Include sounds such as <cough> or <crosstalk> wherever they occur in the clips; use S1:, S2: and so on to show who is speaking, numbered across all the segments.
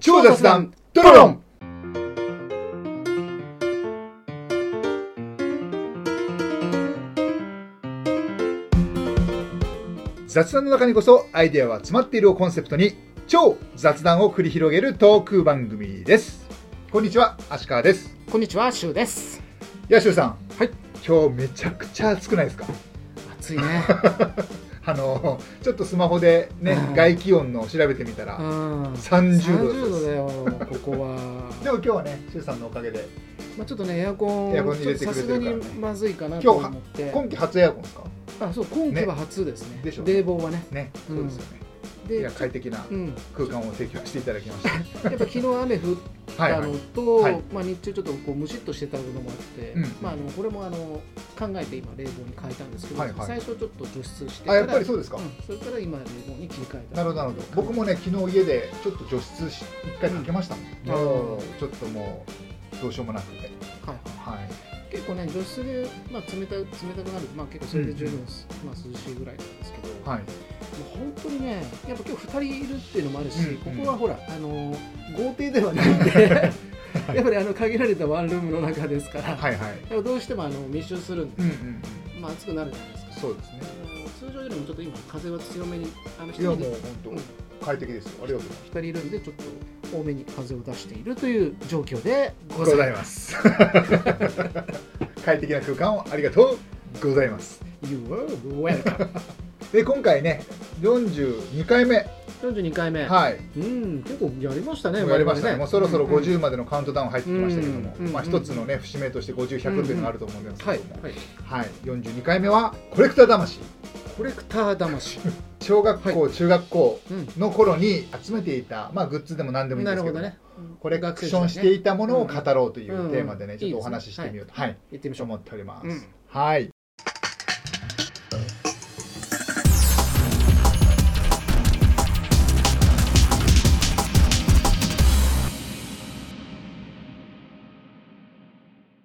S1: 超雑談トロロン雑談の中にこそアイデアは詰まっているをコンセプトに超雑談を繰り広げるトーク番組ですこんにちは足川です
S2: こんにちは、シュウです。
S1: やしゅうさん
S2: はい
S1: 今日めちゃくちゃ暑くないですか
S2: 暑いね。
S1: あのちょっとスマホでね、
S2: うん
S1: 外気温のを調べてみた
S2: う
S1: ら
S2: ん。
S1: 30度
S2: 30度
S1: で
S2: だよ、ここは。
S1: でも今日はねしゅうさんのおかげで
S2: まあ、ちょっとね、エアコン、
S1: エアコン入れてくれてるからね
S2: さすがにまずいかなと思って。
S1: 今季初エアコンですか
S2: あ、そう、今期は初ですね。
S1: でしょ
S2: 冷房はね。
S1: ね
S2: う
S1: そ
S2: ん
S1: うですよね、い
S2: で
S1: や、快適な
S2: うん。
S1: 空間を提供していただきまし
S2: やっぱ昨日雨降った
S1: はい、
S2: た
S1: はい
S2: の、と、
S1: はいはい
S2: まあ、日中ちょっとこうムシッとしてたこともあって、
S1: うん
S2: まあ、あのこれもあの考えて今冷房に変えたんですけど、
S1: はいはい
S2: 最初ちょっと除湿して
S1: あやっぱり
S2: そ
S1: そうですか、
S2: うん、それから今冷房に切り替えた
S1: なるほどなるほど僕もね昨日家でちょっと除湿し一回かけましたもん、
S2: うん
S1: もうちょっともうどうしようもなくて
S2: はいはい
S1: はい
S2: 結構ね除湿で、まあ、冷たい冷たくなる、まあ、結構それで十分、まあ、涼しいぐらいなんですけど、も
S1: はい、
S2: う本当にねやっぱ今日2人いるっていうのもあるし、
S1: うんうん
S2: ここはほら、あのー豪邸ではないんでやっぱりあの限られたワンルームの中ですから、
S1: はいはい
S2: やっぱどうしてもあの密集するんで、
S1: うんうんうん
S2: まあ、暑くなるじゃないですか
S1: そうですね
S2: あの通常よりもちょっと今風は強めにあの一
S1: いやも
S2: 人
S1: う
S2: で
S1: 本
S2: うん
S1: 当快適ですよありがとう
S2: 二人いるんでちょっと多めに風を出しているという状況でご
S1: ご
S2: ざい
S1: ざ
S2: ます
S1: います <laughs> 快適な空間をありがとうございます
S2: You are
S1: <laughs>
S2: welcome
S1: で今回ね42回目
S2: 42回目
S1: はい
S2: うん、結構やりましたね。
S1: やりました
S2: 我々
S1: ねもうそろそろ
S2: うん
S1: 50までのカウントダウン入ってきましたけども、
S2: うんうん
S1: まあ、一つのね節目として50100というのがあると思うんです
S2: は
S1: け
S2: い
S1: ども、、
S2: はい。
S1: はい42回目はコレクター魂
S2: コレクター魂。
S1: 小学校、中学校
S2: うん。
S1: の頃に集めていた、まあ、グッズでも何でもいいん
S2: な
S1: です
S2: る
S1: け
S2: ほ
S1: ど
S2: どね。
S1: コレクションしていたものを語ろうというテーマでね、
S2: うん
S1: ちょっとお話ししてみようと、はい
S2: 行ってみましょう。
S1: 思っております、
S2: うん
S1: はい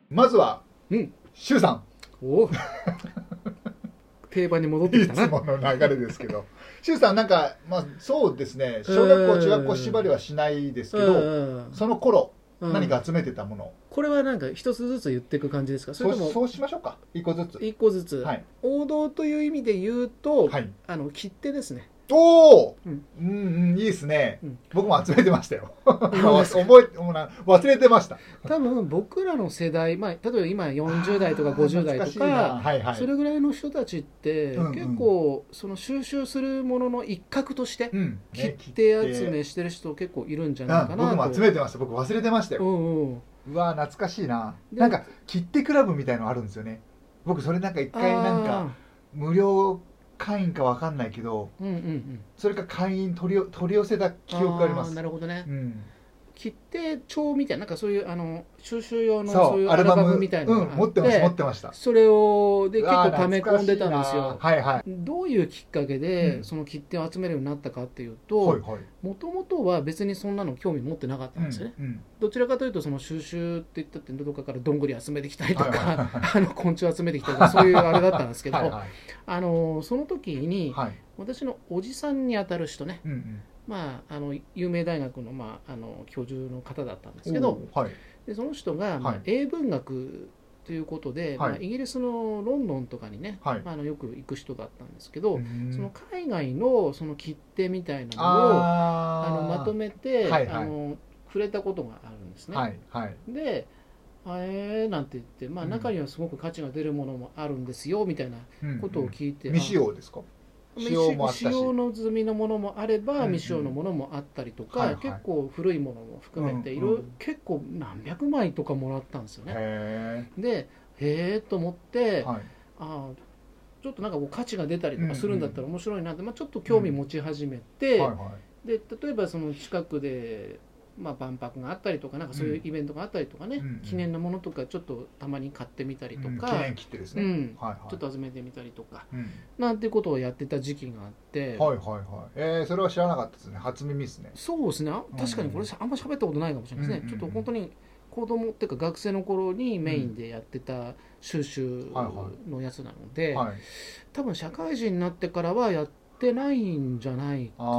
S1: まずは
S2: うん。
S1: しゅうさ
S2: <laughs> お定番に戻っ
S1: ん
S2: て
S1: い
S2: きた
S1: つ
S2: な。
S1: もの流れですけ
S2: <laughs>
S1: どしゅうさんなんか、まあ、そうですね小学校
S2: うん
S1: 中学校縛りはしないですけ
S2: う
S1: ど
S2: ん
S1: その頃
S2: うん
S1: 何か集めてたもの、
S2: これはなんか一つずつ言っていく感じですか
S1: そ
S2: それ
S1: う
S2: とも
S1: そうしましょうか一個ずつ
S2: 一個ずつ、
S1: はい、
S2: 王道という意味で言うと、
S1: はい、
S2: あの切手ですね
S1: おお、う
S2: うんん、
S1: うんいいですね、
S2: うん
S1: 僕も集めてました
S2: <laughs>
S1: よ
S2: そうです
S1: 覚えてもうな忘れてました
S2: 多分僕らの世代、まあ、例えば今40代とか50代
S1: あー懐
S2: と
S1: しいな
S2: か
S1: はいはい
S2: それぐらいの人たちって、
S1: うんうん
S2: 結構その収集するものの一角として
S1: うんね
S2: 切手集めしてる人結構いるんじゃない
S1: うん
S2: かな
S1: 僕
S2: と
S1: も集めてました僕忘れてました
S2: う
S1: よ、
S2: んうん
S1: うわ懐かしいな
S2: で
S1: なんか切手クラブみたいのあるんですよね僕それなんか一回なんか無料会員かわかんないけど
S2: あーうんうんうん
S1: それか会員取りよ取り寄せた記憶がありま
S2: ー
S1: す
S2: なるほどね
S1: うん、
S2: 切手帳みたいななんかそういうあの収集用の
S1: そう
S2: そういうアルバムみたいな
S1: う
S2: の
S1: ん、
S2: があ
S1: 持ってました持ってました
S2: それをで
S1: う
S2: 結
S1: わ
S2: 構
S1: ー
S2: 溜め込んでたんですよ
S1: 懐かしいなはいはい
S2: どういうきっかけで、
S1: うん
S2: その切手を集めるようになったかっていう
S1: はい
S2: と
S1: はい
S2: もともとは別にそんなの興味持ってなかったんですよね、
S1: うんうん
S2: どちらかというとその収集って言ったってどこかからどんぐり集めてきたりと
S1: はいは
S2: かあの昆虫集めてきたりとかそういうあれだったんですけど
S1: はいは
S2: あのその時
S1: い
S2: に
S1: はい
S2: 私のおじさんにあたる人ね、
S1: うんうん
S2: まあ、あの有名大学の,、まあ、あの教授の方だったんですけど、
S1: おーはい
S2: でその人が、ま
S1: はい
S2: あ、英文学ということで、
S1: はい
S2: まあ、イギリスのロンドンとかにね、
S1: はい
S2: まあ、あのよく行く人だったんですけど、
S1: うん
S2: その海外のその切手みたいなのを
S1: あ
S2: あ
S1: ー
S2: のまとめて、
S1: はいはい
S2: あの触れたことがあるんですね。
S1: はいはい
S2: で「あえー」なんて言って、まあ、
S1: うん
S2: 中にはすごく価値が出るものもあるんですよみたいなことを聞いて、
S1: うんうん未使用ですか
S2: 未
S1: 使用もあったし
S2: 使用の済みのものもあれば、
S1: うんうん
S2: 未使用のものもあったりとか、
S1: はいはい
S2: 結構古いものも含め
S1: う
S2: て、
S1: ん
S2: い
S1: うん
S2: ろいろ結構何百枚とかもらったんですよね。
S1: へ
S2: でへえと思って、
S1: えはい
S2: あーちょっとなんかこう価値が出たりとかするんだった
S1: うん
S2: ら面白いなって、まあ、ちょっと興味持ち始めて、
S1: はいは
S2: で例えばその近くで、まあ、万博があったりとかなんかそういうイベントがあったりとかね、
S1: うんうん
S2: 記念のものとかちょっとたまに買ってみた
S1: い
S2: りと
S1: うん
S2: か、
S1: 記念切手です
S2: う
S1: ね
S2: ん
S1: はいはい
S2: ちょっと集めてみたりとか
S1: うん
S2: なんてことをやってた時期があって、
S1: はいはいはいえーそれは知らなかったですね初耳ですね
S2: そうですねあ確かにこれあんま喋ったことないかもしれないですね、
S1: うんうんうん
S2: ちょっと本当に子供っていうか学生の頃にメインでやってた収集のやつなので、
S1: はい
S2: 多分社会人になってからはやってしてないんじゃないかな
S1: あ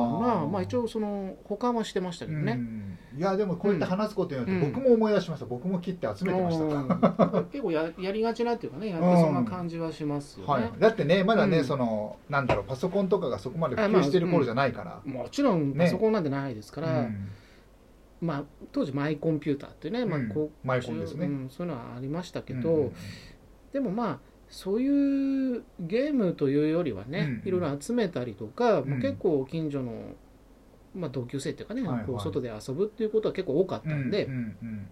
S1: ー
S2: まあ一応その保管はしてましたけど
S1: う
S2: ね、
S1: んいやでもこうやって話すことによって
S2: うん
S1: 僕も思い出しました、僕も切って集めてました、
S2: うんだから結構ややりがちなっていうかねやってそんな感じはしますよね、
S1: はい、だってねまだね、
S2: うん
S1: そのなんだろうパソコンとかがそこまで普及してる頃じゃないから、
S2: もちろん
S1: ね
S2: パソコンなんてないですから、
S1: うん
S2: まあ、当時マイコンピューターっていうね、まあ
S1: うん
S2: こう
S1: マイコンですね
S2: うんそういうのはありましたけど、
S1: うん
S2: でもまあそういうゲームというよりはね、
S1: うん
S2: いろいろ集めたりとか、
S1: うん
S2: まあ結構近所の、まあ、同級生っていうかね、
S1: はいはい
S2: こう外で遊ぶっていうことは結構多かったんで、
S1: うんうんうんうん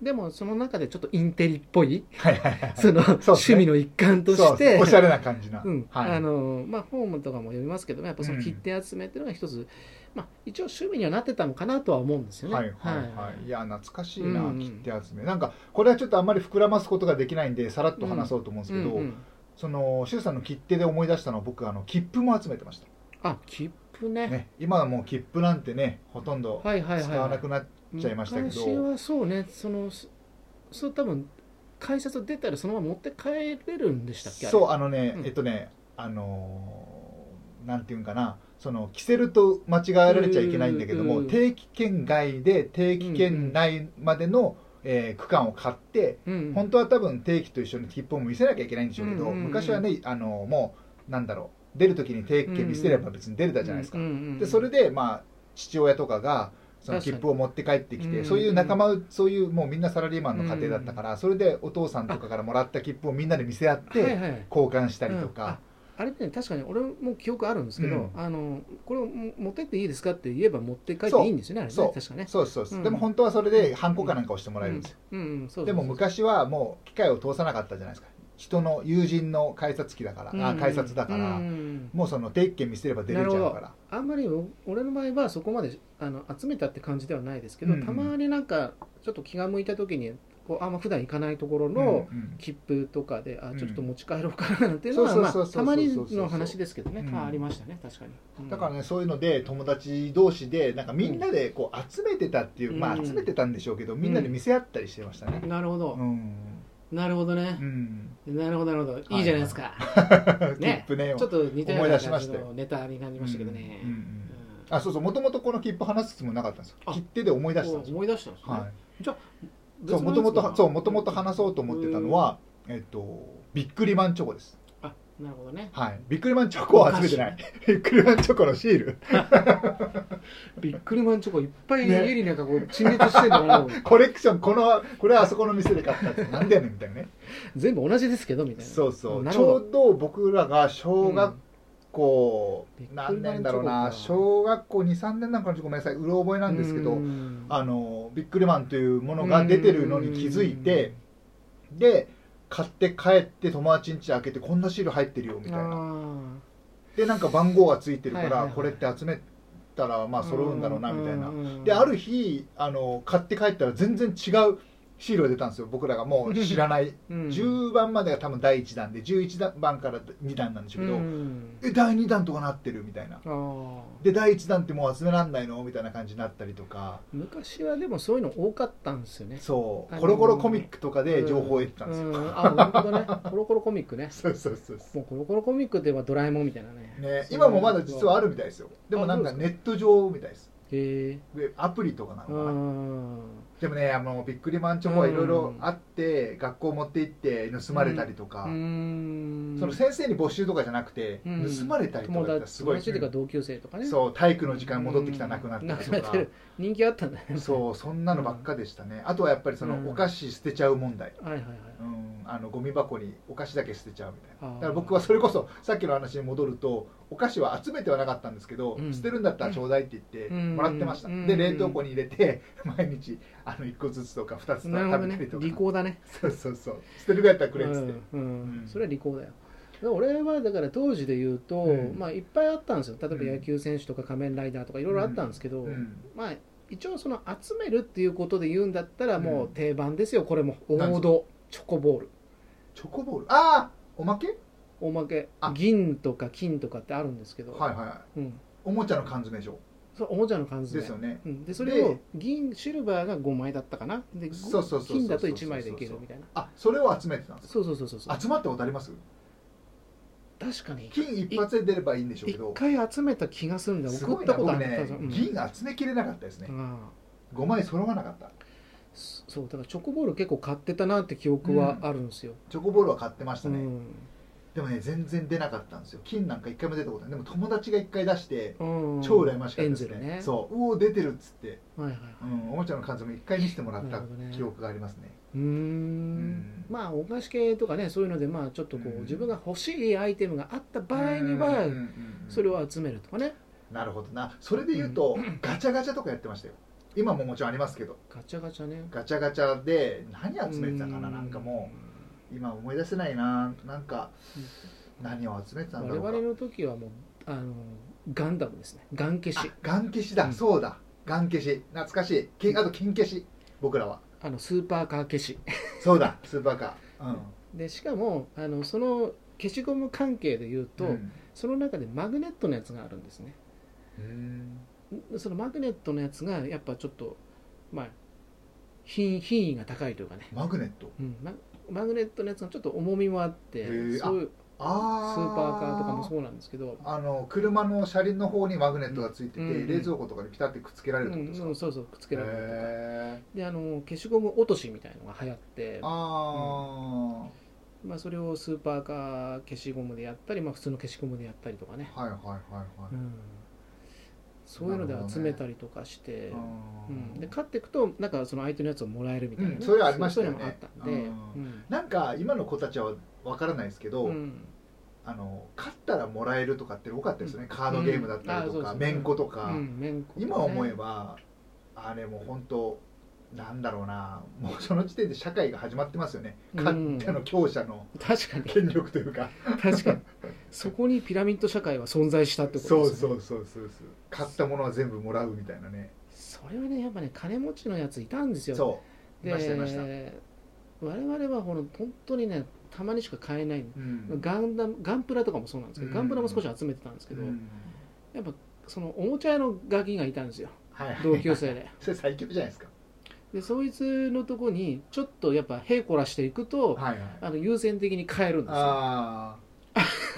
S2: でもその中でちょっとインテリっぽい、
S1: はいはいはい
S2: その
S1: そうです
S2: 趣
S1: ね
S2: 味の一環と
S1: そうです
S2: して
S1: ねおしゃれな感じな、
S2: うん
S1: はい
S2: あのまあ、本とかも読みますけどもやっぱそ
S1: うん
S2: の切手集めっていうのが一つ、まあ、一応趣味にはなってたのかなとは思うんですよね。
S1: はいはいはい、い、や懐かしいな、
S2: うん
S1: 切手集めなんかこれはちょっとあんまり膨らますことができないんでさらっと話そうと思うんですけど、
S2: うんうん
S1: その周さんの切手で思い出したのは僕あの切符も集めてまし
S2: あ切
S1: た、
S2: 符ね
S1: ね、今はもう切符なんてねほとんど
S2: はいはいはい
S1: 使わなくなっちゃいましたけど
S2: 昔はそうねそのそそう多分改札出たらそのまま持って帰れるんでしたっけあれ
S1: そうあのね、
S2: うん
S1: えっとねあのーなんていうんかなその着せると間違えられちゃいけないんだけども、
S2: うん
S1: 定期券外で定期券内までの、えー区間を買って、
S2: うん
S1: 本当は多分定期と一緒に切符を見せなきゃいけないんでしょうけど、
S2: うんうんうん
S1: 昔はねあのもうなんだろう出る時に定期券見せれば別に出れたじゃないですか、
S2: うんうんうん
S1: でそれでまあ父親とかがその
S2: 確
S1: 切
S2: かに
S1: 符を持って帰ってき
S2: うん
S1: て、
S2: うん
S1: そういう仲間そういうもうみんなサラリーマンの家庭だったから、それでお父さんとかからもらった切符をみんなで見せ合って、
S2: はいはい
S1: 交換したりとか、
S2: あれってね確かに俺も記憶あるんですけど、
S1: うん
S2: あのこれをも持ってっていいですかって言えば持って帰っていいんですよねあれね
S1: そう
S2: 確かね
S1: そうですそうです、
S2: うん
S1: でも本当はそれでハンコかなんかをしてもらえるんですよ、
S2: うんうんそうそうそう
S1: でも昔はもう機械を通さなかったじゃないですか人の友人の改札機だから、
S2: うん
S1: あ改札だから、
S2: うん
S1: もうその定期券見せれば出れちゃうから
S2: あんまりお俺の場合はそこまであの集めたって感じではないですけど、
S1: うんうん
S2: たまになんかちょっと気が向いた時にこうあんま普段行かないところの
S1: うんうん
S2: 切符とかで、
S1: う
S2: あ
S1: ん
S2: ちょっと持ち帰ろうかななんていうのは、ま
S1: そうそうそう
S2: あ、た
S1: そうそう
S2: まにの話ですけどね、
S1: うん
S2: あありましたね確かに、うん
S1: だからねそういうので友達同士でなんかみんなでこう集めてたっていう、
S2: うん
S1: まあ集めてたんでしょうけどみんなで見せ合ったりしてましたね
S2: なるほど、
S1: うん、
S2: なるほど
S1: う
S2: ね、
S1: ん、
S2: なるほどなるほどいいじゃないですか、
S1: 切符ね
S2: ちょっと似たよ
S1: 思
S2: う
S1: い出
S2: な
S1: しま
S2: 感
S1: し
S2: じ
S1: た
S2: のネタになりましたけどね、
S1: うんうんうん
S2: うん
S1: あそうそうもともとこの切符話すつもりなかったんですよ
S2: あ
S1: 切手で思い出したんですよ
S2: 思い出したんですね、
S1: はい
S2: 別
S1: そう
S2: のや
S1: も
S2: つ
S1: とも
S2: か
S1: と
S2: な
S1: そうもともと話そうと思ってたのは、えっと、ビックリマンチョコです、
S2: あなるほどね
S1: はい、ビックリマンチョコは集めてない <laughs> ビックリマンチョコのシール
S2: ビックリマンチョコいっぱい
S1: ね
S2: 家になんかこう陳列してんのかな、
S1: コレクションこのこれはあそこの店で買ったってなんだよねみたいなね
S2: <laughs> 全部同じですけどみたいな
S1: そうそう
S2: な
S1: ち
S2: るほ
S1: ょ
S2: ど
S1: うど僕らが小学校、
S2: うんビックリマンチョコ
S1: 何年だろうな
S2: か
S1: 小学校23年なんかのごめんなさいうろ覚えなんですけど、
S2: うん
S1: あのビックリマンというものが出てるのに気づいて、で買って帰って友達ん家開けてこんなシール入ってるよみたい
S2: あ
S1: な
S2: ー
S1: でなんか番号がついてるから、
S2: はいはいはい
S1: これって集めたらまあ揃うんだろうなみたいな、
S2: うんうんうん
S1: である日あの買って帰ったら全然違うシールが出たんですよ僕らがもう知らない、
S2: <laughs> うん
S1: 10番までが多分第1弾で11番から2弾なんでしょうけど、
S2: うん
S1: え第2弾とかなってるみたいな
S2: あー
S1: で第1弾ってもう集めらんないのみたいな感じになったりとか
S2: 昔はでもそういうの多かったんですよね
S1: そう、
S2: あのー
S1: コロコロコミックとかで情報を得てたんですよ、
S2: うんあなるほどねコロコロコミックね
S1: そうそうそうそう
S2: もうコロコロコミックではドラえもんみたいなね
S1: ね、今もまだ実はあるみたいですよでもなんか
S2: あそう
S1: ネット上みたいです
S2: へえ
S1: でアプリとかなの
S2: う
S1: かな、
S2: ん
S1: でもねあのビックリマンチョコはいろいろあって、学校持って行って盗まれたりとか、
S2: うん
S1: その先生に募集とかじゃなくて、
S2: うん
S1: 盗まれたりとかだった
S2: 友
S1: ら
S2: 達
S1: すごい、
S2: 友達とか同級生とかね
S1: そう体育の時間戻ってきたらなくなったり
S2: うん
S1: と
S2: なくなっ
S1: か
S2: てる人気あったんだよね
S1: そうそんなのばっかでしたねあとはやっぱりその、
S2: うん
S1: お菓子捨てちゃう問題
S2: <laughs> はいはいはい
S1: うんあのゴミ箱にお菓子だけ捨てちゃうみたいな
S2: あー
S1: だから僕はそれこそさっきの話に戻るとお菓子は集めてはなかったんですけど、
S2: うん
S1: 捨てるんだったらちょうだいって言って
S2: うん
S1: もらってました、
S2: うん
S1: で冷凍庫に入れて毎日あの1個ずつとか2つと
S2: なる
S1: か
S2: ほ
S1: 食べ
S2: ど
S1: た
S2: ね
S1: りとか、
S2: 利口だね
S1: そうそうそう捨てるぐらいやったらくれっつって、
S2: うん
S1: う
S2: うんんそれは利口だよで俺はだから当時で言うと、
S1: うん
S2: まあいっぱいあったんですよ例えば
S1: うん
S2: 野球選手とか仮面ライダーとかいろいろあったんですけど、
S1: うん
S2: まあ一応その集めるっていうことで言うんだったらも
S1: うん
S2: う定番ですよこれも
S1: 何
S2: 王道チョコボール
S1: チョコボールああおまけ
S2: おまけ
S1: あ
S2: 銀とか金とかってあるんですけど、
S1: はいはい
S2: うん、
S1: おもちゃの缶詰でしょ
S2: それおもちゃの缶詰
S1: ですよね
S2: うん、でそれを
S1: で
S2: 銀シルバーが5枚だったかなで
S1: そうそうそうそう
S2: 金だと1枚でいけるみたいな
S1: あそれを集めてたんです
S2: そうそうそうそうそう
S1: 集まったことあります
S2: 確かに
S1: 金一発で出ればいいんでしょうけ
S2: 一
S1: ど
S2: 回集めた気がするんだ
S1: す
S2: 送
S1: ご
S2: っ
S1: い
S2: た
S1: な
S2: ことあ
S1: 僕
S2: った
S1: ね
S2: ぞうん
S1: 銀集めきれなかったですね
S2: うん
S1: 5枚揃わなかった
S2: そうだからチョコボール結構買ってたなって記憶はあるんですよ、
S1: チョコボールは買ってまし
S2: う
S1: たね、
S2: ん
S1: でもね全然出なかったんですよ金なんか一回も出たことないでも友達が一回出して
S2: うん
S1: 超羨ましかっ
S2: エ
S1: た
S2: ン
S1: で
S2: ゼ
S1: す
S2: ル
S1: ね,、
S2: ね
S1: そううお出てるっつって、
S2: うはいはいはい
S1: うん、おもちゃの数も一回見せてもらっ
S2: な
S1: た
S2: るほどね
S1: 記憶がありますね
S2: うーん
S1: ん
S2: まあお菓子系とかねそういうのでまあちょっとこ
S1: う
S2: うん自分が欲しいアイテムがあった場合には
S1: うんうんうんうん
S2: それを集めるとかね
S1: なるほどなそれで言うと、ガチャガチャとかやってましたよ今ももちろんありますけど
S2: ガチャガチャね
S1: ガチャガチャで何集めてたかななんかもう今思い出せないななんか何を集めてたんだ
S2: 我
S1: ろうか
S2: 々の時はもうあのガンダムですねガン消し
S1: あガン消しだ、
S2: うん
S1: そうだガン消し懐かしいけあと金消し僕らは
S2: あのスーパーカー消し
S1: そうだスーパーカー
S2: でしかもあのその消しゴム関係で言うと、
S1: うん
S2: その中でマグネットのやつがあるんですね
S1: うん
S2: そのマグネットのやつがやっぱちょっとまあ品品位が高いというかね、
S1: マグネット
S2: うん、ママグネットのやつがちょっと重みもあって
S1: へー
S2: そういうス
S1: ああ
S2: ーパーカーとかもそうなんですけど
S1: あの車の車輪の方にマグネットがついてて、
S2: うん
S1: 冷蔵庫とかにピタってくっつけら
S2: う
S1: れ
S2: ん
S1: るってことですか、
S2: うんそうそうくっつけられるとか
S1: へ
S2: であの消しゴム落としみたいのが流行って
S1: ーああ、
S2: まあ、それをスーパーカー消しゴムでやったり、まあ、普通の消しゴムでやったりとかね、
S1: はいはいはいはい、
S2: うん、そういうので集めたりとかして、
S1: う
S2: うん、
S1: ん
S2: で買っていくとなんかその相手のやつをもらえるみたいなね、
S1: うんそれはありましたよね
S2: そういうのもあったんで、
S1: う
S2: うん
S1: なんか今の子たちはわからないですけど、
S2: うん
S1: あの勝ったらもらえるとかって多かったですよね、カードゲームだったりとか、
S2: うんあそうそう
S1: めんことか、
S2: うん、めんことね
S1: 今思えばあれもう本当なんだろうなもうその時点で社会が始まってますよね
S2: うん
S1: 勝手の強者の
S2: 確かに
S1: 権力というか、
S2: 確かにそこにピラミッド社会は存在したってこと
S1: そう
S2: ですね
S1: そうそうそうそう買ったものは全部もらうみたいなね
S2: それはねやっぱね金持ちのやついたんですよ
S1: そうい
S2: で
S1: ましたいました、
S2: 我々はほの本当にねたまにしか買えない
S1: うん
S2: ガンダムガンプラとかもそうなんですけど、
S1: うん
S2: ガンプラも少し集めてたんですけど、
S1: うん
S2: やっぱそのおもちゃ屋のガキがいたんですよ
S1: はいはい
S2: 同級生で
S1: それ最強じゃないですか
S2: でそいつのとこにちょっとやっぱへいこらしていくと、
S1: はいはい
S2: あの優先的に買えるんですよ
S1: あ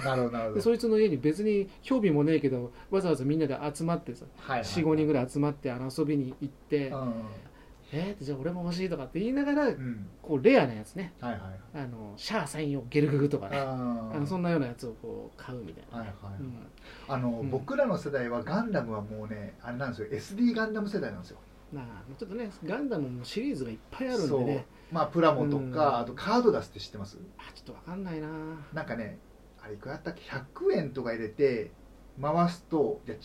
S1: あなるほどなるほ
S2: で
S1: ど
S2: そいつの家に別に興味もねえけどわざわざみんなで集まってさ
S1: はいはい
S2: 45人ぐらい集まってあの遊びに行って
S1: うん
S2: 「えー、じゃあ俺も欲しい」とかって言いながら
S1: うん
S2: こうレアなやつね
S1: はいはいはい
S2: あのシャア専用ゲルググとかね
S1: あ
S2: あのそんなようなやつをこう買うみたいな、
S1: あはいはい
S2: うん
S1: あの、
S2: うん
S1: 僕らの世代はガンダムはもうねあれなんですよ SD ガンダム世代なんですよ
S2: まあちょっとねガンダムもシリーズがいっぱいあるんでね
S1: まあプラモとか、
S2: うん
S1: あとカード出すって知ってます
S2: あちょっとわかんないな
S1: なんかねあれいくらだったっけ100円とか入れて回すといや違う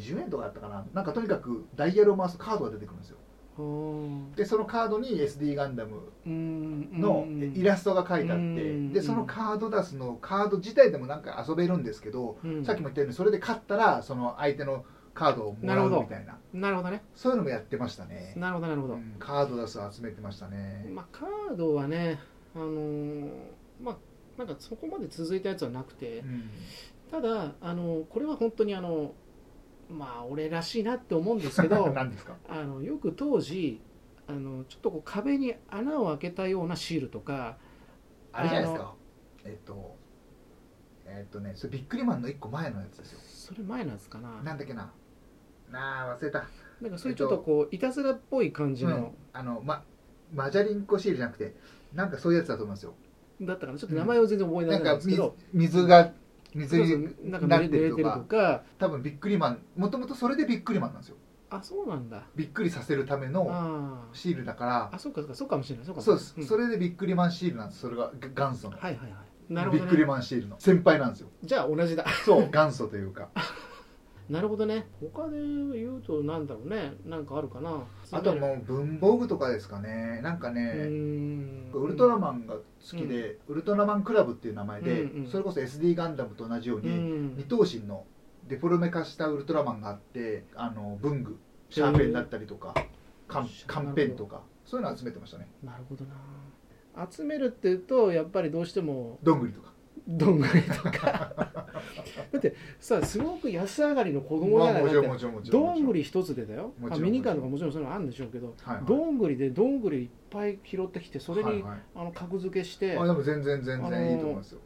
S1: 20円とかだったかななんかとにかくダイヤルを回すとカードが出てくるんですよ
S2: うん
S1: でそのカードに SD ガンダム
S2: うん
S1: のイラストが書いてあっ
S2: うん
S1: てでそのカード出すのカード自体でもなんか遊べるんですけど
S2: うん
S1: さっきも言ったようにそれで勝ったらその相手のカードをもらうみたいな
S2: なるほどね
S1: そういうのもやってましたね
S2: なるほどなるほど、
S1: うんカード出す集めてましたね、
S2: まあカードはねあのーまあなんかそこまで続いたやつはなくて
S1: うん
S2: ただあのーこれは本当にあのまあ俺らしいなって思うんで
S1: <laughs>
S2: すけど
S1: 何ですか
S2: あのよく当時あのちょっとこう壁に穴を開けたようなシールとか
S1: あれじゃないですかえっとえっとねそれビックリマンの一個前のやつですよ
S2: それ前なんですかな
S1: なんだっけななあ忘れた
S2: なんかそういうちょっとこういたずらっぽい感じの、
S1: あのまマジャリンコシールじゃなくてなんかそういうやつだと思いますよ
S2: だったかなちょっと名前を全然覚えら
S1: な
S2: れ
S1: ん
S2: ないん
S1: か
S2: ですけ
S1: 水
S2: ど、
S1: 水が
S2: そ
S1: 水
S2: うそう
S1: に
S2: なんか
S1: な
S2: 濡
S1: っ
S2: れ
S1: て
S2: て
S1: ると
S2: ると
S1: か
S2: か
S1: 多分ビックリマンもともとそれでビックリマンなんですよ
S2: あそうなんだ
S1: びっくりさせるため
S2: あ
S1: の
S2: ー
S1: シールだから
S2: あそうかそうかそうかもしれないそうかもし
S1: そ
S2: れ
S1: うです、そ
S2: ないん
S1: れでビックリマンシールなんですそれがが元祖の
S2: はいはいはいなるほ
S1: ビ
S2: ど、
S1: ックリ
S2: ね、
S1: マンシールの先輩なんですよ
S2: じゃあ同じだ <laughs>
S1: そう元祖というか
S2: なるほどね他で言うとなんだろうねなんかあるかな
S1: あともう文房具とかですかねなんか
S2: うー
S1: ね、
S2: ん
S1: ウルトラマンが好きで、ウルトラマンクラブっていう名前で、
S2: うんうん
S1: それこそ SD ガンダムと同じよう
S2: う
S1: に、二
S2: ん
S1: 等身のデフォルメ化したウルトラマンがあってあの文具シャーペンだったりとか、カンカンペンとかそういうの集めてましたね
S2: なるほどな集めるっていうとやっぱりどうしても
S1: どんぐりとか
S2: どんぐりと
S1: <laughs>
S2: かだってさすごく安上がりの子供じ
S1: ま
S2: ゃな
S1: あ
S2: い
S1: も
S2: だ
S1: ちろ
S2: って
S1: んもちろんもちろん
S2: どんぐ
S1: り、
S2: り一つでだよ、
S1: もちろん
S2: まあ、ミニカーとかもちろんそういうのあるんでしょうけど、
S1: はいはい
S2: どんぐりでどんぐりいっぱい拾ってきてそれに、
S1: はいはい
S2: あの格付けして
S1: あでも全然全然いいと思いますよ、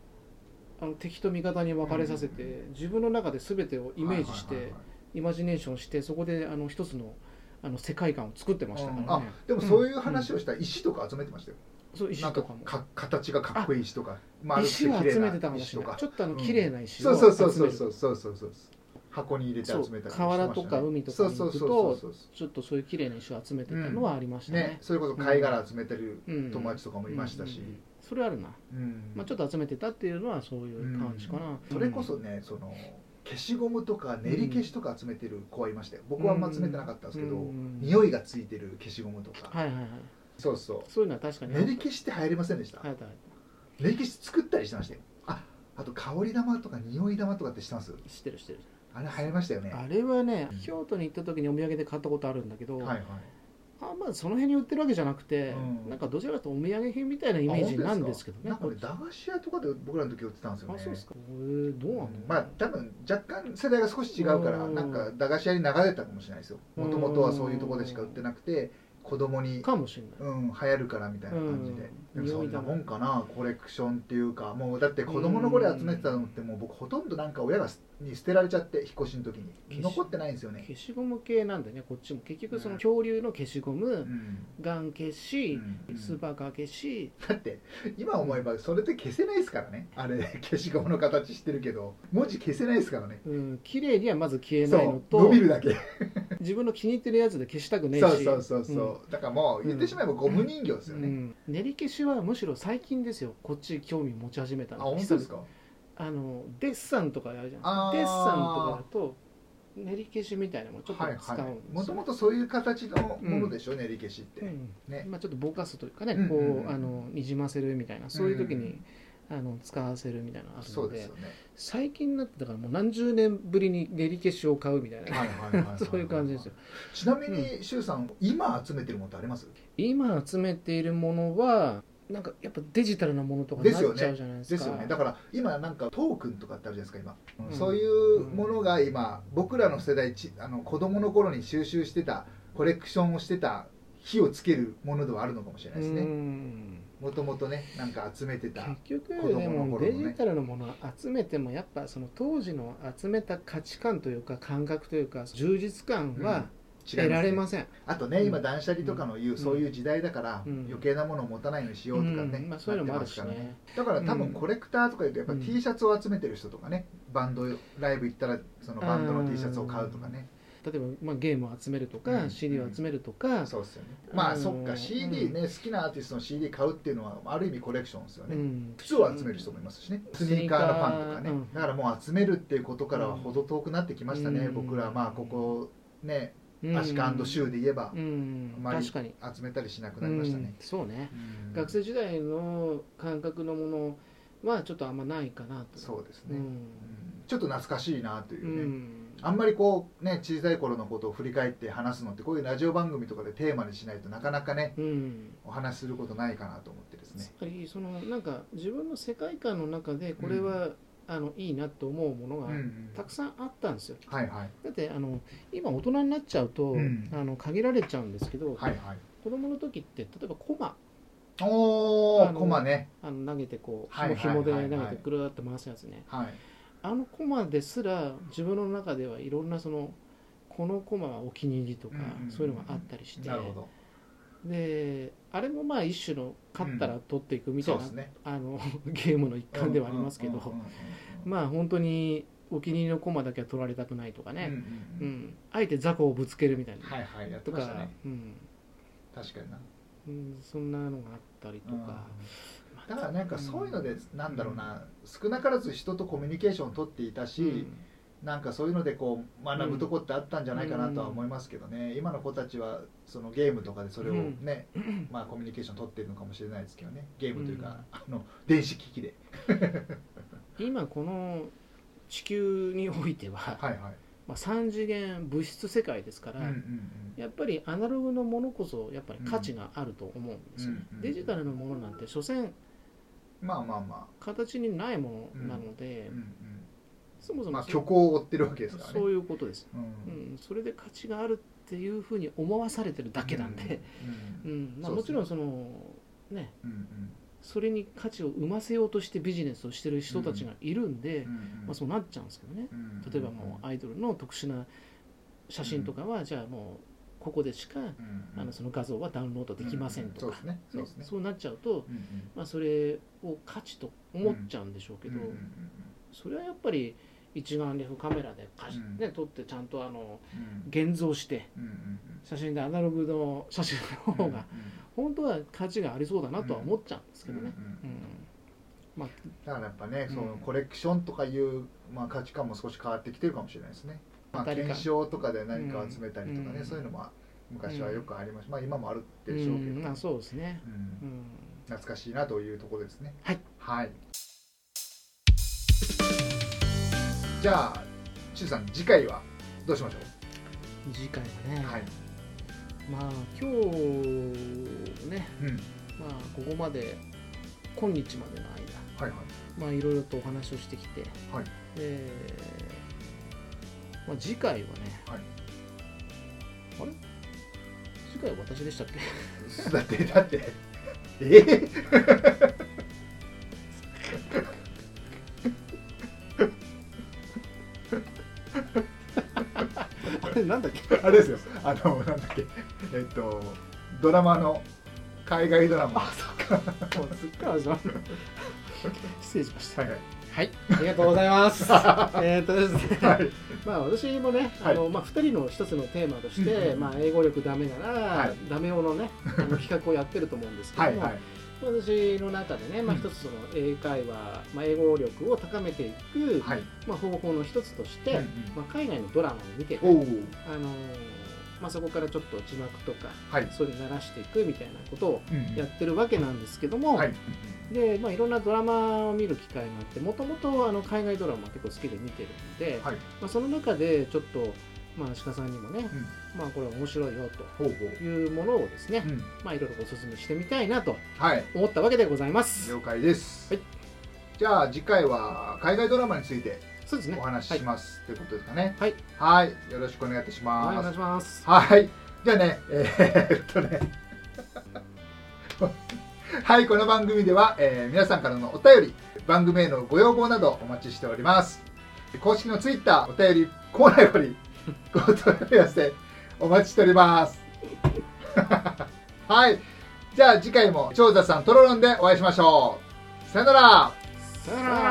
S2: あの敵と味方に分かれさせて、
S1: うん
S2: 自分の中で全てをイメージして、
S1: はいはいはい
S2: イマジネーションしてそこであの一つのあの世界観を作ってましたから
S1: あ
S2: ね、
S1: でもそういう話をしたら石とか集めてましたよ、
S2: そう石
S1: なんか
S2: とかも
S1: か形がかっこいい石とか丸くて
S2: 石は集めてたかも
S1: 石
S2: し
S1: と
S2: れない
S1: か
S2: ちょっとあの綺麗な石
S1: そ
S2: を
S1: う
S2: 集め
S1: そう
S2: る
S1: そうそうそうそうそうそう箱に入れて集めたりしてましたね
S2: そう河原とか海とかに行くと
S1: そうそうそうそうそ
S2: ちょっとそういう綺麗な石を集めてたのはありまし
S1: う
S2: たね,、
S1: ねそれこそ貝殻集めてる
S2: うん
S1: 友達とかもいましたし
S2: うんうんうんそれあるな、
S1: うん
S2: まあ、ちょっと集めてたっていうのはそういう感じかな、
S1: それこそねその消しゴムとか練り消しとか集めてる子はいましたよ僕はあんま集めてなかったんですけど
S2: うん
S1: 匂いがついてる消しゴムとか
S2: はいはいはい
S1: そうそう
S2: そういうのは確かに
S1: 練り消しって流行りませんでした
S2: はいはい
S1: 練り消し作ったりしてましたよああと香り玉とか匂い玉とかって知ってます
S2: 知ってる知ってる
S1: あれ流行りましたよね
S2: あれはね
S1: うん
S2: 京都に行った時にお土産で買ったことあるんだけど、
S1: はいはい
S2: あんまその辺に売ってるわけじゃなくて、
S1: うん
S2: なんかどちらかというとお土産品みたいなイメージなんですけどね
S1: なんかね駄菓子屋とかで僕らの時売ってたんですよね
S2: あそうですか、えー、どうなんだろう、
S1: まあ多分若干世代が少し違うから
S2: うん
S1: なんか駄菓子屋に流れたかもしれないですよもともとはそういうところでしか売ってなくて子供に
S2: かもしれない
S1: うん、流行るからみたいな感じで、
S2: うん
S1: でもそんなもんかなコレクションっていうかもうだって子供の頃集めてたのってもう僕ほとんどなんか親がすに捨てられちゃって引っ越しの時に残ってないんですよね、
S2: 消しゴム系なんだよねこっちも結局そ
S1: う
S2: の
S1: ん
S2: 恐竜の消しゴム、
S1: うん
S2: ガン消し、
S1: うん
S2: スーパーカー消し、
S1: だって今思えばそれって消せないですからねあれ消しゴムの形してるけど文字消せないですからね
S2: うん、綺麗にはまず消え
S1: そ
S2: ないの
S1: う伸
S2: と
S1: びるだけ
S2: 自分の気に入ってるやつで消したくねえし
S1: そうそうそうそう、だからもう言ってしまえばゴム人形です
S2: う
S1: よ
S2: ん
S1: ね、
S2: うん練り消しはむしろ最近ですよこっち興味持ち始めた
S1: あ
S2: の
S1: 本当ですか
S2: あのデッサンとかやるじゃ
S1: あ
S2: ん
S1: ー
S2: デッサンとかだと練り消しみたいなものちょっと
S1: はい
S2: 使うんですよ、
S1: はいもともとそういう形のものでしょ、練り消しって、
S2: うん
S1: ね
S2: まあ、ちょっとぼかすというかね、
S1: うん
S2: こ
S1: うんうん
S2: うあのにじませるみたいなそういう時に、あの使わせるみたいなのがある
S1: そ
S2: の
S1: う
S2: で
S1: ですよね
S2: 最近になってだからもう何十年ぶりに練り消しを買うみたいな、
S1: はいはいはいは
S2: そういう感じですよ
S1: ちなみに、シュウさん、今集めてるものってあります
S2: 今集めているものはなんかやっぱデジタルなものとかになっちゃうじゃないですか
S1: ですよね。だから、今なんかトークンとかってあるじゃないですか、今。
S2: うん
S1: そういうものが今、僕らの世代、ちあの子供の頃に収集してた、コレクションをしてた、火をつけるものではあるのかもしれないです
S2: う
S1: ね。
S2: ん
S1: もともとね、なんか集めてた。
S2: 結局
S1: 子供の
S2: でも
S1: 頃の
S2: デ
S1: ね
S2: ジタルのものを集めてもやっぱその当時の集めた価値観というか感覚というか充実感
S1: うん
S2: は
S1: 違い
S2: 得られます
S1: ね
S2: せん、
S1: あとね、今、断捨離とかの言う、
S2: ん
S1: そういう時代だから、
S2: うん
S1: 余計なものを持たないようにしようとかね、
S2: うんまあ、そういうのもあるし
S1: なってますから
S2: ね
S1: だから多分
S2: うん
S1: コレクターとかいうとやっぱ
S2: うん
S1: T シャツを集めてる人とかね、バンドライブ行ったらそのバンドの T シャツを買うとかね、
S2: 例えば、まあ、ゲームを集めると
S1: う
S2: か
S1: ん
S2: CD を集めるとか、
S1: そうですよねまあ、
S2: うん
S1: そっか CD ね、好きなアーティストの CD 買うっていうのはある意味コレクションですよ
S2: う
S1: ね、
S2: ん
S1: 靴を集める人もいますしね、スニーカーのファンとかね、
S2: うん
S1: だからもう集めるっていうことからはほど遠くなってきましたね、
S2: うん
S1: 僕らまあここね、
S2: うん
S1: アシカシューで言えば
S2: うん
S1: あまり
S2: 確かに
S1: 集めたりしなくなりましたね、
S2: うんそうね、
S1: うん
S2: 学生時代の感覚のものはちょっとあんまないかなと
S1: そうですね、
S2: う
S1: うんんちょっと懐かしいなという
S2: う
S1: ね、
S2: ん
S1: あんまりこうね小さい頃のことを振り返って話すのってこういうラジオ番組とかでテーマにしないとなかなかね
S2: うん
S1: お話しすることないかなと思ってですね
S2: やっぱりそのなんか自分の世界観の中でこれは、あのいいなと思うもの
S1: う
S2: が
S1: んうん
S2: たくさんあったんですよ、
S1: はいはい
S2: だってあの今大人になっちゃうと、
S1: うん
S2: あの限られちゃうんですけど、
S1: はいはい
S2: 子供の時って例えばコマ
S1: お
S2: あ
S1: ー
S2: の
S1: コマね
S2: あの投げてこう
S1: はい
S2: 紐
S1: はいはい
S2: 紐で
S1: はい
S2: 投げてぐるーっと回すやつね
S1: はい
S2: あのコマですら自分の中ではいろんなそのこのコマはお気に入りとか
S1: うんうんうん
S2: そういうのがあったりして
S1: なるほど
S2: であれもまあ一種の勝ったら取っていくみ
S1: そ
S2: たいう
S1: で
S2: な
S1: すね
S2: あのゲームの一環ではありますけ
S1: うんうん
S2: ど
S1: うんうんうん
S2: まあ本当にお気に入りのコマだけは取られたくないとか
S1: うん
S2: ね
S1: うんう
S2: うんんあえて雑魚をぶつけるみたいな
S1: はいはいやって
S2: と
S1: ました
S2: か
S1: ね
S2: うん
S1: 確かにな
S2: うんそんなのがあったりと
S1: うん
S2: か
S1: だからなんかそういうのでなんだろうな少なからず人とコミュニケーションを取っていたし、
S2: うん
S1: なんかそういうのでこう学ぶとこってあったんじゃないかなとは思いますけどね、今の子たちはそのゲームとかでそれをね、まあ、コミュニケーション取ってるのかもしれないですけどねゲームというか、あの電子機器で
S2: 今この地球においては、
S1: はいはい、
S2: まあ、3次元物質世界ですから、
S1: うんうん
S2: やっぱりアナログのものこそやっぱり価値があると思うんですよ、ね
S1: うんうん
S2: デジタルのものなんて所詮
S1: うん、まあまあま
S2: 形にないものなので、
S1: あ、うん
S2: そも
S1: う
S2: そ
S1: ん、ま
S2: も
S1: あ
S2: そ,、
S1: 虚構を追ってるわけですからね
S2: そういうことです、
S1: うん
S2: うん、それで価値があるっていうふうに思わされてるだけなんで、
S1: うん
S2: うんまあ、
S1: そう
S2: も
S1: です
S2: ち
S1: ね
S2: ろんそのね
S1: うんうん
S2: それに価値を生ませようとしてビジネスをしてる人たちがいるんで、まあ、そうなっちゃうんですけどね、例えばもうアイドルの特殊な写真とかは、じゃあもうここでしか、あのその画像はダウンロードできませんとか、
S1: うんうんそうですねそうですね
S2: そうなっちゃうと、まあ、それを価値と思っちゃうんでしょうけど、それはやっぱり一眼レフカメラで貸し、
S1: うん
S2: ね、撮ってちゃんとあの現像して写真でアナログの写真の方が本当は価値がありそうだなとは思っちゃうんですけどね。うんまあ、
S1: だからやっぱね、
S2: うん
S1: そのコレクションとかいう、まあ、価値観も少し変わってきてるかもしれないですね。まあ、
S2: 当たりか
S1: 検証とかで何かを集めたりとかね、
S2: うん
S1: そういうのも昔はよくありました、まあ今もある
S2: う
S1: でしょうけど、
S2: んまあ、そうですね。
S1: うん
S2: うん、
S1: 懐かしいなというところですね。
S2: はい、
S1: はい、じゃあ、しゅうさん、次回はどうしましょ
S2: 次回はね、
S1: う。はい、
S2: まあ今日
S1: う
S2: ね、
S1: ん、はい
S2: まあ、ここまで今日までの間、
S1: はい、
S2: まあ、いろいろとお話をしてきて、
S1: はい
S2: でまあ、次回はね、
S1: はい
S2: あれ次回私でしたっけ
S1: だって、だって、ええ
S2: あれなんだっけ
S1: <laughs> あれですよ、あの、なんだっけ、えっと、ドラマの、海外ドラマ。
S2: <laughs> もうすっから始ま
S1: <laughs>
S2: る失礼しました
S1: はいはい。
S2: はいありがとうござい
S1: <laughs>
S2: ますえーっとですね
S1: はい。
S2: まあ私もね、
S1: はい
S2: あのまあ、2人の一つのテーマとして、
S1: うんうんうん
S2: まあ、英語力ダメなら、
S1: はい
S2: ダメ用のねあの企画をやってると思うんですけども
S1: はいはい。
S2: 私の中でね、まあ、
S1: うん
S2: 一つその英会話、まあ、英語力を高めていく、
S1: はい。
S2: まあ、方法の一つとして、
S1: うんうん
S2: まあ、海外のドラマを見て、
S1: おお。
S2: あのーまあ、そこからちょっと字幕とか
S1: はい。
S2: そういうの鳴らしていくみたいなことを
S1: うんうん
S2: やってるわけなんですけども、
S1: はい。
S2: でまあ、いろんなドラマを見る機会があってもともとあの海外ドラマ結構好きで見てるので、
S1: はい。
S2: まあ、その中でちょっと、まあ、鹿さんにもね、
S1: うん
S2: まあ、これ面白いよ
S1: ほうほう
S2: というものをですね、
S1: うん。
S2: まあ、いろいろお勧めしてみたいなと
S1: はい。
S2: 思ったわけでございます。
S1: 了解です。
S2: はい。
S1: じゃあ次回は海外ドラマについて
S2: そうですね
S1: お話ししますと、いうことですかね。
S2: はい。
S1: はい。よろしくお願いいたし
S2: はい、
S1: ま
S2: お願い
S1: す。
S2: します。
S1: はい。じゃあね、えー、っとね。 <laughs> はい、この番組では、えー皆さんからのお便り、番組へのご要望などお待ちしております。公式のツイッター、お便りコーナーよりご問い合わせお待ちしております。 <laughs> はい。じゃあ次回も長座さんとろろんでお会いしましょう。さよなら。
S2: さよなら